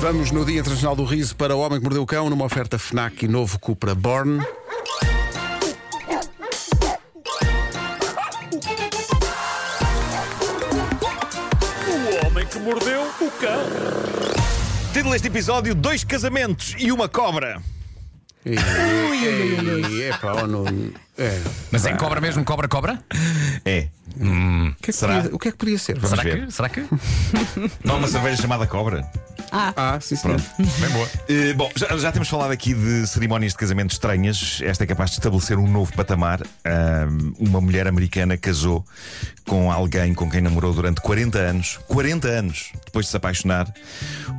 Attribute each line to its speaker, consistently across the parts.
Speaker 1: Vamos no Dia Internacional do Riso para o Homem que Mordeu o Cão, numa oferta FNAC e novo Cupra Born.
Speaker 2: O homem que mordeu o cão.
Speaker 3: Título deste episódio: Dois casamentos e uma cobra.
Speaker 1: E, e, é pá, oh, Nuno. É.
Speaker 4: Mas em cobra mesmo, cobra, cobra?
Speaker 3: É.
Speaker 1: O que é que
Speaker 3: Será?
Speaker 1: podia- o que é que podia ser?
Speaker 4: Será
Speaker 3: ver.
Speaker 4: que? Será que?
Speaker 3: Não há uma cerveja chamada cobra?
Speaker 1: Ah, sim, senhor.
Speaker 4: Bem boa.
Speaker 3: Eh, bom, já, já temos falado aqui de cerimónias de casamento estranhas. Esta é capaz de estabelecer um novo patamar. Ahm, uma mulher americana casou com alguém com quem namorou durante 40 anos. 40 anos depois de se apaixonar,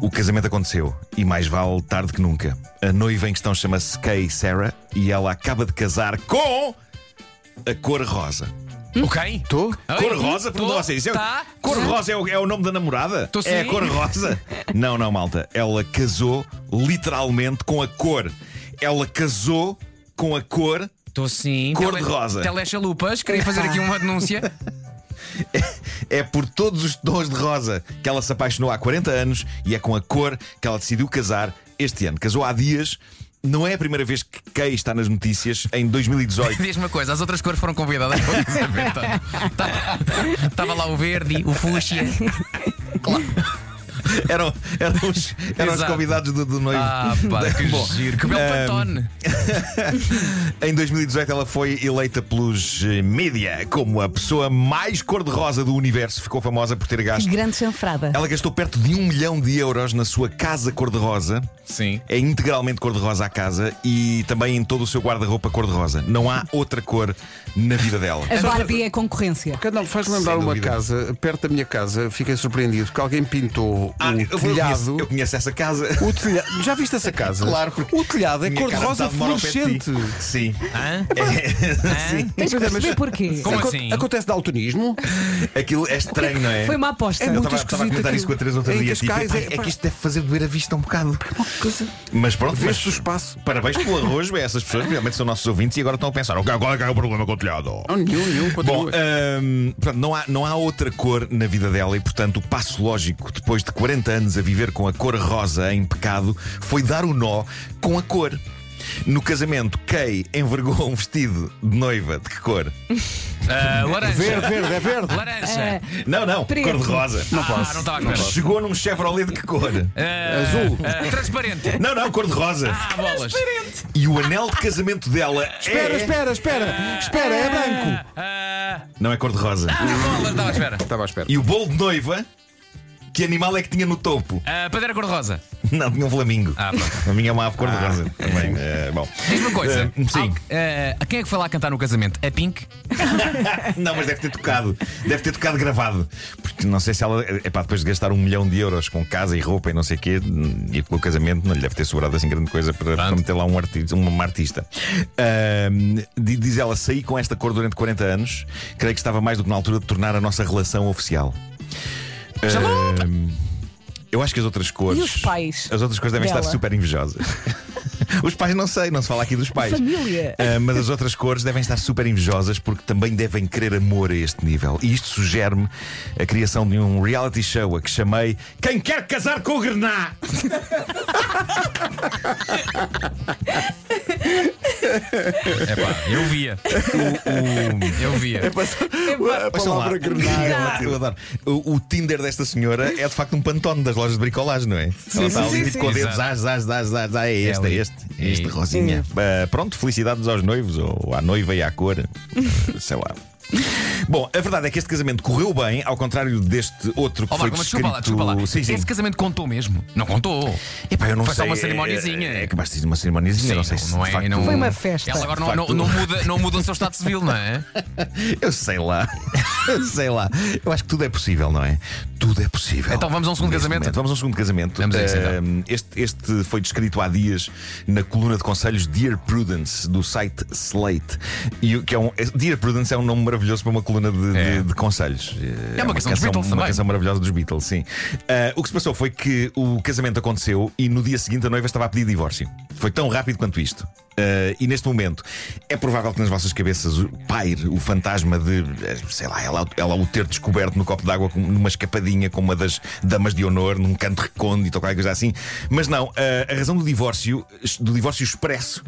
Speaker 3: o casamento aconteceu. E mais vale tarde que nunca. A noiva em questão chama-se Kay Sarah e ela acaba de casar com a cor rosa.
Speaker 4: Ok.
Speaker 1: Tô?
Speaker 3: Cor rosa? Perguntou vocês. Isso é-
Speaker 4: Tá.
Speaker 3: Cor rosa é o, é o nome da namorada?
Speaker 4: Tô sim.
Speaker 3: É a cor rosa? não, não, malta. Ela casou literalmente com a cor. Ela casou com a cor.
Speaker 4: Estou sim.
Speaker 3: Cor de rosa.
Speaker 4: Telecha Lupas, queria fazer aqui uma denúncia.
Speaker 3: É por todos os tons de rosa que ela se apaixonou há 40 anos e é com a cor que ela decidiu casar este ano. Casou há dias. Não é a primeira vez que Kay está nas notícias em 2018.
Speaker 4: Diz-me uma coisa, as outras cores foram convidadas para o casamento. Estava lá o verde, o fúcsia.
Speaker 3: Eram, eram os, eram os
Speaker 4: Exato.
Speaker 3: convidados do, do noivo.
Speaker 4: Ah, pá, que
Speaker 3: Bom,
Speaker 4: giro. Que belo
Speaker 3: ehm,
Speaker 4: pantone.
Speaker 3: Em 2018 ela foi eleita pelos eh, mídia como a pessoa mais cor-de-rosa do universo. Ficou famosa por ter gasto.
Speaker 5: Grande chanfrada.
Speaker 3: Ela gastou perto de um milhão de euros na sua casa cor-de-rosa.
Speaker 4: Sim.
Speaker 3: É integralmente cor-de-rosa a casa e também em todo o seu guarda-roupa cor-de-rosa. Não há outra cor na vida dela.
Speaker 5: A Barbie é concorrência.
Speaker 1: Cada um faz
Speaker 3: Sem
Speaker 1: lembrar uma
Speaker 3: dúvida.
Speaker 1: casa, perto da minha casa, fiquei surpreendido porque alguém pintou
Speaker 3: Ah,
Speaker 1: o
Speaker 3: eu,
Speaker 1: telhado.
Speaker 3: conheço, eu conheço essa casa.
Speaker 1: O telhado. Já viste essa casa?
Speaker 3: Claro, porque
Speaker 1: O telhado é
Speaker 3: Minha cara
Speaker 1: cor-de-rosa
Speaker 3: metade mora ao pé de ti.
Speaker 1: fluorescente.
Speaker 3: Sim. Ah,
Speaker 4: Hã?
Speaker 3: Sim.
Speaker 5: Tens que
Speaker 1: Pois é, mas-
Speaker 5: perceber porquê.
Speaker 4: Como
Speaker 1: Aco-
Speaker 4: assim?
Speaker 1: Acontece de altunismo?
Speaker 3: Aquilo é estranho, não é?
Speaker 5: Foi uma aposta.
Speaker 1: É
Speaker 3: Eu
Speaker 1: muito
Speaker 3: estava estava a
Speaker 1: esquisito
Speaker 3: comentar isso com a
Speaker 1: aquilo.
Speaker 3: Teresa outro
Speaker 1: Em
Speaker 3: dia. tipo,
Speaker 1: Cascais,
Speaker 3: "Ai,
Speaker 1: é,
Speaker 3: é
Speaker 1: pá."
Speaker 3: que isto deve fazer doer a vista um bocado.
Speaker 1: Coisa-
Speaker 3: Mas pronto, mas-
Speaker 1: Veste o espaço.
Speaker 3: Parabéns pelo arroz, bem, essas pessoas que realmente são nossos ouvintes e agora estão a pensar: "Ok, qual é que é o problema com o telhado?
Speaker 1: Não, Oh, nenhum, nenhum.
Speaker 3: Bom,
Speaker 1: Continua.
Speaker 3: hum, portanto, não, há, não há outra cor na vida dela e, portanto, o passo lógico, depois de 40 anos a viver com a cor rosa em pecado, foi dar o nó com a cor. No casamento, Kay envergou um vestido de noiva de que cor?
Speaker 4: Ah, laranja.
Speaker 1: Verde, verde, é verde.
Speaker 4: Laranja.
Speaker 3: Não, não,
Speaker 5: Preto.
Speaker 3: cor de rosa.
Speaker 4: ah, não estava a comer.
Speaker 3: Chegou num Chevrolet de que cor?
Speaker 1: É. Azul.
Speaker 4: Ah, transparente.
Speaker 3: Não, não, cor de rosa.
Speaker 4: Ah, bolas.
Speaker 3: E o anel de casamento dela
Speaker 1: Espera,
Speaker 3: é.
Speaker 1: espera, espera. Espera, é branco.
Speaker 4: Ah,
Speaker 3: Não é cor de rosa.
Speaker 4: bolas, estava à espera.
Speaker 1: Estava à espera.
Speaker 3: E o bolo de noiva, que animal é que tinha no topo?
Speaker 4: Ah, Padeira cor-de-rosa.
Speaker 3: Não, tinha um flamingo.
Speaker 4: Ah, pronto. Ah.
Speaker 3: A minha é uma ave cor-de-rosa. Também, eh, bom.
Speaker 4: Diz-me uma coisa.
Speaker 3: Eh, sim.
Speaker 4: Al- eh, a quem é que foi lá cantar no casamento? A Pink?
Speaker 3: Não, mas deve ter tocado. Deve ter tocado gravado. Porque não sei se ela. É pá, depois de gastar um milhão de euros com casa e roupa e não sei o quê, e com o casamento, não lhe deve ter sobrado assim grande coisa para, para meter lá um artista, uma artista. Ahm, di- diz ela, saí com esta cor durante 40 anos. Creio que estava mais do que na altura de tornar a nossa relação oficial. Ahm, eu acho que as outras cores.
Speaker 5: E os pais
Speaker 3: As outras cores devem
Speaker 5: dela?
Speaker 3: estar super invejosas. Os pais não sei, não se fala aqui dos pais.
Speaker 5: Família.
Speaker 3: Ah, mas as outras cores devem estar super invejosas porque também devem querer amor a este nível. E isto sugere-me a criação de um reality show a que chamei Quem Quer Casar com o Grená?
Speaker 4: É pá, eu via. Eu via.
Speaker 3: É
Speaker 1: A palavra granada.
Speaker 3: Eu adoro. O, o Tinder desta senhora é de facto um pantone das lojas de bricolagem, não é? Ela está ali com dedos,
Speaker 4: Exato.
Speaker 3: as, as, as, as, ah, é este, é
Speaker 4: ali.
Speaker 3: este, é este
Speaker 4: É.
Speaker 3: rosinha. Ah, pronto, felicidades aos noivos, ou à noiva e à cor, ah, sei lá. Bom, a verdade é que este casamento correu bem, ao contrário deste outro que
Speaker 4: Ó,
Speaker 3: foi
Speaker 4: Marco, mas
Speaker 3: descrito...
Speaker 4: desculpa lá, desculpa lá.
Speaker 3: Sim, sim.
Speaker 4: Esse casamento contou mesmo? Não contou.
Speaker 3: Epá, eu não
Speaker 4: Foi só
Speaker 3: sei,
Speaker 4: uma
Speaker 3: é-
Speaker 4: cerimoniazinha. é,
Speaker 3: É, é que basta de uma cerimoniazinha, não sei se de facto-
Speaker 5: Foi uma festa.
Speaker 4: Ela agora
Speaker 3: De
Speaker 4: não, não,
Speaker 3: facto.
Speaker 4: não muda, não muda o seu estado civil, não é?
Speaker 3: Eu sei lá. Eu sei lá. Eu acho que tudo é possível, não é? Tudo é possível.
Speaker 4: Então vamos a um segundo
Speaker 3: Neste
Speaker 4: casamento?
Speaker 3: momento. Vamos a um segundo casamento.
Speaker 4: Vamos a isso,
Speaker 3: Eh,
Speaker 4: então.
Speaker 3: este, este foi descrito há dias na coluna de conselhos Dear Prudence, do site Slate. E, o- que é um, Dear Prudence é um nome maravilhoso para uma coluna de, de-
Speaker 4: É.
Speaker 3: de conselhos. Eh,
Speaker 4: É uma canção dos Beatles
Speaker 3: uma
Speaker 4: também.
Speaker 3: canção maravilhosa dos Beatles, Ah, sim. Eh, o que se passou foi que o casamento aconteceu e no dia seguinte a noiva estava a pedir divórcio. Foi Foi tão rápido quanto isto. Ah, e neste momento é provável que nas vossas cabeças o paire o fantasma de, eh, sei lá, ela, ela o ter descoberto no copo d'água com- numa escapadinha com uma das damas de honor, num canto recôndito ou qualquer coisa assim. Mas não, ah, a razão do divórcio, do divórcio expresso,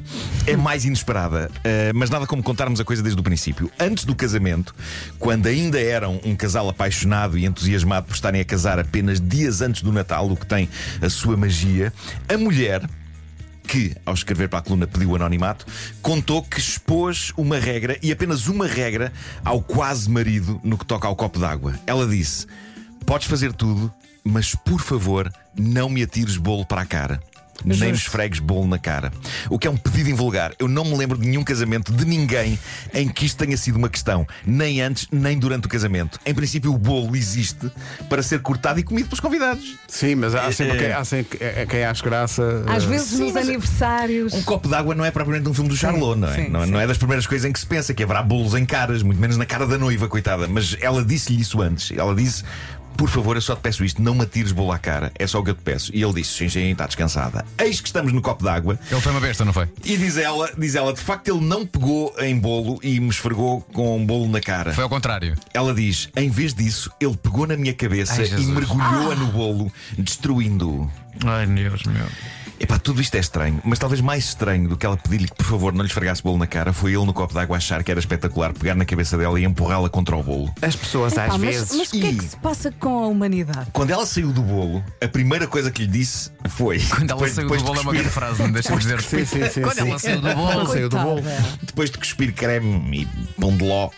Speaker 3: é mais inesperada. Ah, mas nada como contarmos a coisa desde o princípio. Antes do casamento, quando ainda eram um casal apaixonado e entusiasmado por estarem a casar apenas dias antes do Natal, o que tem a sua magia, a mulher que, ao escrever para a coluna pediu anonimato, contou que expôs uma regra e apenas uma regra ao quase marido no que toca ao copo d'água. Ela disse: Podes fazer tudo, mas por favor, não me atires bolo para a cara. Nem me esfregues bolo na cara. O que é um pedido invulgar. Eu não me lembro de nenhum casamento de ninguém em que isto tenha sido uma questão, nem antes, nem durante o casamento. Em princípio, o bolo existe para ser cortado e comido pelos convidados.
Speaker 1: Sim, mas há sempre
Speaker 3: É.
Speaker 1: quem, há sempre, é- é quem acha graça.
Speaker 5: Às
Speaker 1: eh,
Speaker 5: vezes nos aniversários.
Speaker 3: Um copo d'água não é propriamente um filme do Charlot, não é?
Speaker 5: sim,
Speaker 3: não,
Speaker 5: sim.
Speaker 3: não é das primeiras coisas em que se pensa que haverá bolos em caras, muito menos na cara da noiva, coitada. Mas ela disse-lhe isso antes. Ela disse. Por favor, eu só te peço isto, não me atires bolo à cara, é só o que eu te peço. E ele disse: sim, sim, está descansada. Eis que estamos no copo d'água
Speaker 4: Ele foi uma besta, não foi?
Speaker 3: e diz ela, diz ela: de facto ele não pegou em bolo e me esfregou com um bolo na cara.
Speaker 4: Foi ao contrário.
Speaker 3: Ela diz: em vez disso, ele pegou na minha cabeça
Speaker 4: Ai,
Speaker 3: e
Speaker 4: Jesus. Ah.
Speaker 3: mergulhou-a no bolo, destruindo-o.
Speaker 4: Ai, Deus meu.
Speaker 3: Epá, tudo isto é estranho, mas talvez mais estranho do que ela pedir-lhe que por favor não lhe esfregasse bolo na cara foi ele no copo d'água achar que era espetacular pegar na cabeça dela e empurrá-la contra o bolo.
Speaker 1: As pessoas
Speaker 5: Epá,
Speaker 1: às
Speaker 5: mas-
Speaker 1: vezes.
Speaker 5: mas o que é que
Speaker 3: Ih.
Speaker 5: se passa com a humanidade?
Speaker 3: Quando ela saiu do bolo, a primeira coisa que lhe disse foi.
Speaker 4: Quando ela saiu do bolo é uma grande frase, não deixa-me dizer.
Speaker 1: Sim, sim, sim,
Speaker 4: Quando
Speaker 1: sim.
Speaker 4: ela saiu do bolo.
Speaker 1: Saiu do bolo.
Speaker 5: Coitada.
Speaker 3: Depois de cuspir creme e pão de ló,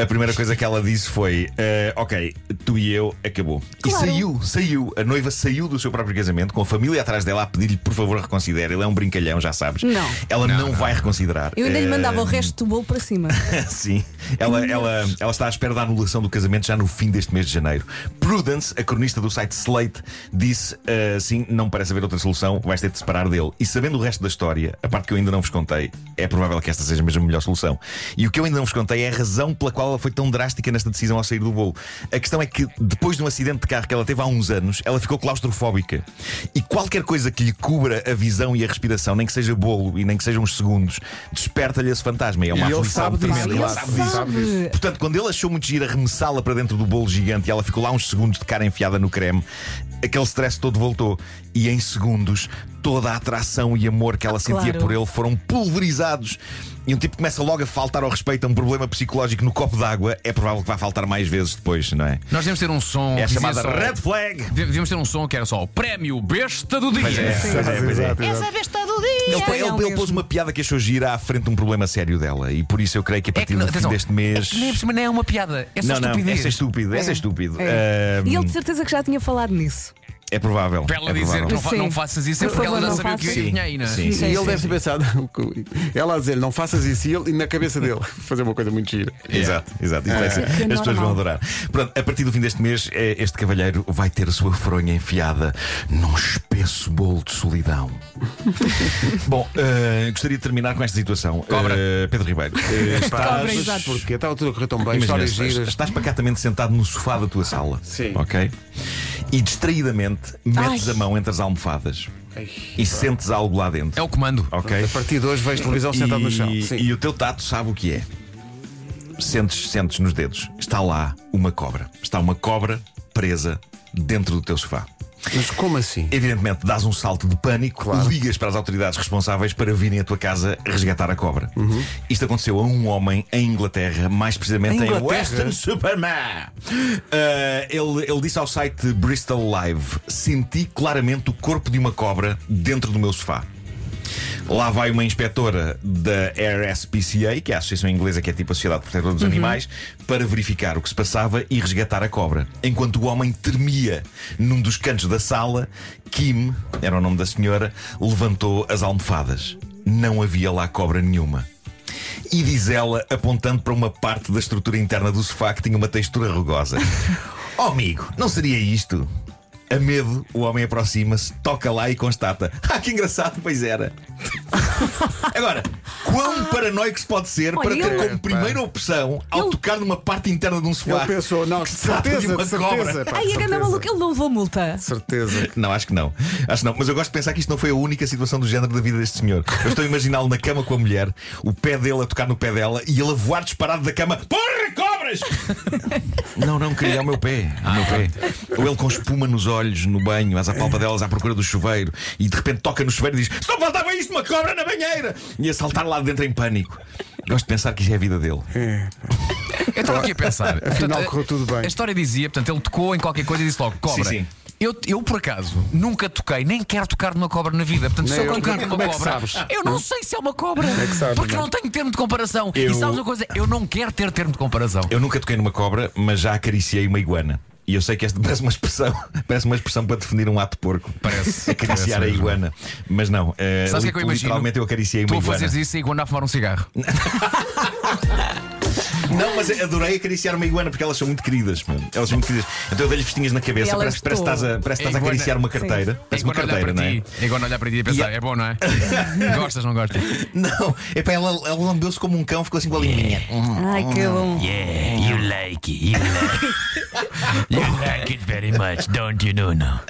Speaker 3: a primeira coisa que ela disse foi: "Eh, Ok, tu e eu, acabou.
Speaker 5: Claro.
Speaker 3: E saiu, saiu. A noiva saiu do seu próprio casamento, com a família atrás dela a pedir-lhe, por favor, reconsidera. Ele é um brincalhão, já sabes.
Speaker 5: Não.
Speaker 3: Ela não, vai reconsiderar.
Speaker 5: Eu ainda lhe
Speaker 3: Eh,
Speaker 5: mandava o resto do bolo para cima.
Speaker 3: Sim, ela, ela, ela está à espera da anulação do casamento já no fim deste mês de janeiro. Prudence, a cronista do site Slate, disse ah, assim: não parece haver outra solução, vais ter de te separar dele. E sabendo o resto da história, a parte que eu ainda não vos contei, é provável que esta seja mesmo a melhor solução. E o que eu ainda não vos contei é a razão pela qual ela foi tão drástica nesta decisão ao sair do bolo. A questão é que, depois de um acidente de carro que ela teve há uns anos, ela ficou claustrofóbica. E qualquer coisa que lhe cubra a visão e a respiração, nem que seja bolo e nem que sejam uns segundos, desperta-lhe esse fantasma. E é uma
Speaker 1: E ele
Speaker 3: aflição
Speaker 1: sabe disso,
Speaker 5: Ah,
Speaker 3: tremenda.
Speaker 5: ele
Speaker 3: Ele
Speaker 1: claro.
Speaker 3: sabe disso.
Speaker 5: sabe.
Speaker 3: Portanto, quando ele achou muito giro arremessá-la para dentro do bolo gigante e ela ficou lá uns segundos de cara enfiada no creme, aquele stress todo voltou. E em segundos, toda a atração e amor que ela sentia
Speaker 5: Ah, claro.
Speaker 3: por ele foram pulverizados. E um tipo começa logo a faltar ao respeito a um problema psicológico no copo d'água. É provável que vá faltar mais vezes depois, não é?
Speaker 4: Nós devemos ter um som.
Speaker 3: É a
Speaker 4: que dizia
Speaker 3: chamada
Speaker 4: só-
Speaker 3: red flag.
Speaker 4: Deve- Devíamos ter um som que era só o prémio besta do
Speaker 3: Pois
Speaker 4: dia.
Speaker 3: é, pois é, pois é.
Speaker 1: Exato, exato.
Speaker 3: Ele,
Speaker 5: Sim,
Speaker 3: ele-
Speaker 5: não
Speaker 3: ele
Speaker 5: mesmo.
Speaker 3: pôs uma piada que achou gira à frente de um problema sério dela. E por isso eu creio que a
Speaker 4: É
Speaker 3: partir
Speaker 4: que não-
Speaker 3: do fim
Speaker 4: atenção,
Speaker 3: deste mês.
Speaker 4: é que nem é por cima, nem é uma piada. É só
Speaker 3: não, não,
Speaker 4: estupidez.
Speaker 3: esse é estúpido, esse é estúpido.
Speaker 5: É.
Speaker 3: Ahm,
Speaker 5: E ele de certeza que já tinha falado nisso.
Speaker 3: É provável.
Speaker 4: Para ela
Speaker 3: é
Speaker 4: dizer
Speaker 3: provável.
Speaker 4: não, fa-
Speaker 5: Sim.
Speaker 4: não faças isso é
Speaker 5: Por
Speaker 4: porque ela
Speaker 5: favor,
Speaker 4: não
Speaker 5: não
Speaker 4: sabia o que
Speaker 5: faças.
Speaker 4: vinha aí, não é?
Speaker 3: Sim,
Speaker 1: assim, E
Speaker 3: sim,
Speaker 1: ele
Speaker 3: sim,
Speaker 1: deve
Speaker 3: sim.
Speaker 1: ter pensado, ela a dizer não faças isso, e ele, e na cabeça dele, fazer uma coisa muito gira.
Speaker 3: Exato, exato. Isso vai ser-
Speaker 5: Que é
Speaker 3: As pessoas
Speaker 5: normal.
Speaker 3: vão adorar. Pronto, a partir do fim deste mês, eh, este cavalheiro vai ter a sua fronha enfiada num espesso bolo de solidão. Bom, eh, gostaria de terminar com esta situação.
Speaker 4: Cobra.
Speaker 3: Eh, Pedro Ribeiro, eh,
Speaker 1: Pá,
Speaker 5: Cobra,
Speaker 1: mas
Speaker 5: exato.
Speaker 1: Porque estava tudo a correr tão bem,
Speaker 3: Imagina,
Speaker 1: histórias
Speaker 3: estás,
Speaker 1: giras.
Speaker 3: estás pacatamente sentado no sofá da tua sala.
Speaker 1: Sim.
Speaker 3: Ok? E distraídamente metes a
Speaker 5: Ai.
Speaker 3: mão entre as almofadas
Speaker 1: Ai,
Speaker 3: e sentes algo lá dentro.
Speaker 4: É o comando.
Speaker 3: Ok?
Speaker 1: A partir de hoje vejo televisão sentado no chão. Sim.
Speaker 3: e o teu tato sabe o que é. Sentes, sentes nos dedos. Está lá uma cobra. Está uma cobra presa dentro do teu sofá.
Speaker 1: Mas como assim?
Speaker 3: Evidentemente, dás um salto de pânico, ligas para as autoridades responsáveis para virem à tua casa resgatar a cobra.
Speaker 1: Uhum.
Speaker 3: Isto aconteceu a um homem em Inglaterra, mais precisamente
Speaker 1: Em Inglaterra?
Speaker 3: em Western Superman. Ah, ele, ele disse ao site Bristol Live: Senti claramente o corpo de uma cobra dentro do meu sofá. Lá vai uma inspetora da RSPCA, que é a associação inglesa que é tipo a Sociedade Protetora dos Animais, para verificar o que se passava e resgatar a cobra. Enquanto o homem tremia num dos cantos da sala, Kim, era o nome da senhora, levantou as almofadas. Não havia lá cobra nenhuma. E diz ela, apontando para uma parte da estrutura interna do sofá que tinha uma textura rugosa: Oh, amigo, não seria isto? A medo, o homem aproxima-se, toca lá e constata: Ah, que engraçado, pois era. Agora, Quão paranoico se pode ser
Speaker 5: Olha,
Speaker 3: para ter
Speaker 5: ele-
Speaker 3: como primeira opção ao
Speaker 5: Ele-
Speaker 3: tocar numa parte interna de um
Speaker 1: Ele
Speaker 3: sofá?
Speaker 1: pensou, não, de certeza,
Speaker 3: uma
Speaker 1: de certeza.
Speaker 3: cobra.
Speaker 1: pá, de
Speaker 5: Ai, a ganda
Speaker 1: certeza.
Speaker 5: maluca, ele não levou multa.
Speaker 1: Certeza.
Speaker 3: Não, acho que não. Acho que não. Mas eu gosto de pensar que isto não foi a única situação do género da vida deste senhor. Eu estou a imaginá-lo na cama com a mulher, o pé dele a tocar no pé dela e ele a voar disparado da cama. Porra, cobras! não, não, queria o meu pé. O meu pé. Ou ele com espuma nos olhos, no banho, às apalpadelas à procura do chuveiro e de repente toca no chuveiro e diz: Só faltava isto, uma cobra na banheira! E a saltar lá de dentro em pânico. Gosto de pensar que isto é a vida dele.
Speaker 4: Eu estava aqui a pensar.
Speaker 1: Afinal, correu tudo bem.
Speaker 4: A história dizia, portanto, ele tocou em qualquer coisa e disse logo: cobra.
Speaker 3: Sim, sim.
Speaker 4: Eu, eu, por acaso, nunca toquei, nem quero tocar numa cobra na vida. Portanto, se
Speaker 1: Nem
Speaker 4: eu
Speaker 1: eu.
Speaker 4: tocar numa
Speaker 1: Como é que
Speaker 4: cobra,
Speaker 1: sabes?
Speaker 4: eu não sei se é uma cobra.
Speaker 1: é que sabes,
Speaker 4: porque
Speaker 1: não é?
Speaker 4: não tenho termo de comparação. E
Speaker 3: Eu-
Speaker 4: sabes uma coisa? Eu não quero ter termo de comparação.
Speaker 3: Eu nunca toquei numa cobra, mas já acariciei uma iguana. E eu sei que esta parece uma expressão, parece uma expressão para definir um ato porco.
Speaker 4: Parece.
Speaker 3: Acariciar a iguana. Mas não, eh,
Speaker 4: Sabes o que é que eu imagino?
Speaker 3: literalmente eu acariciei
Speaker 4: Tu
Speaker 3: uma
Speaker 4: a
Speaker 3: iguana.
Speaker 4: fazeres isso e quando a fumar um cigarro.
Speaker 3: Não, mas eu adorei acariciar uma iguana porque elas são muito queridas, mano. Elas são muito queridas. Então eu dei-lhe festinhas na
Speaker 5: E
Speaker 3: cabeça,
Speaker 5: ela
Speaker 3: parece, parece que estás a, parece que estás a
Speaker 4: A É iguana-
Speaker 3: acariciar uma carteira.
Speaker 4: É
Speaker 3: Parece uma
Speaker 4: igual olhar
Speaker 3: carteira,
Speaker 4: para
Speaker 3: não é?
Speaker 4: ti. É igual olhar para ti e pensar:
Speaker 3: E a-
Speaker 4: é bom, não é? Gostas, não gostas?
Speaker 3: Não, é para ela, ela lambeu-se como um cão, ficou assim com a
Speaker 4: É.
Speaker 3: linguinha.
Speaker 5: Ai, que bom.
Speaker 6: Yeah, you like it. You like it. you like it very much, don't you know now?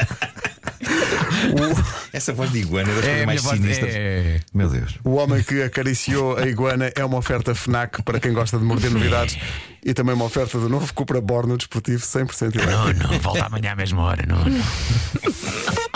Speaker 3: Essa voz de iguana é das
Speaker 4: É
Speaker 3: coisas
Speaker 4: a minha
Speaker 3: mais
Speaker 4: voz.
Speaker 3: sinistras.
Speaker 4: É.
Speaker 3: Meu Deus.
Speaker 1: O Homem que Acariciou a Iguana é uma oferta FNAC para quem gosta de morder novidades e também uma oferta do novo Cupra Borno Desportivo 100% elétrico.
Speaker 6: Não, não, volta amanhã à mesma hora, não, não.